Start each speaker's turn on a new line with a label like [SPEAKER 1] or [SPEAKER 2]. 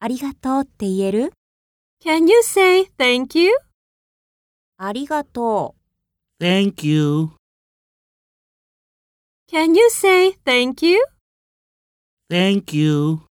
[SPEAKER 1] ありがとうって言える
[SPEAKER 2] Can you say thank you?
[SPEAKER 1] ありがと
[SPEAKER 3] Thank you.
[SPEAKER 2] Can you say thank you?
[SPEAKER 3] Thank you.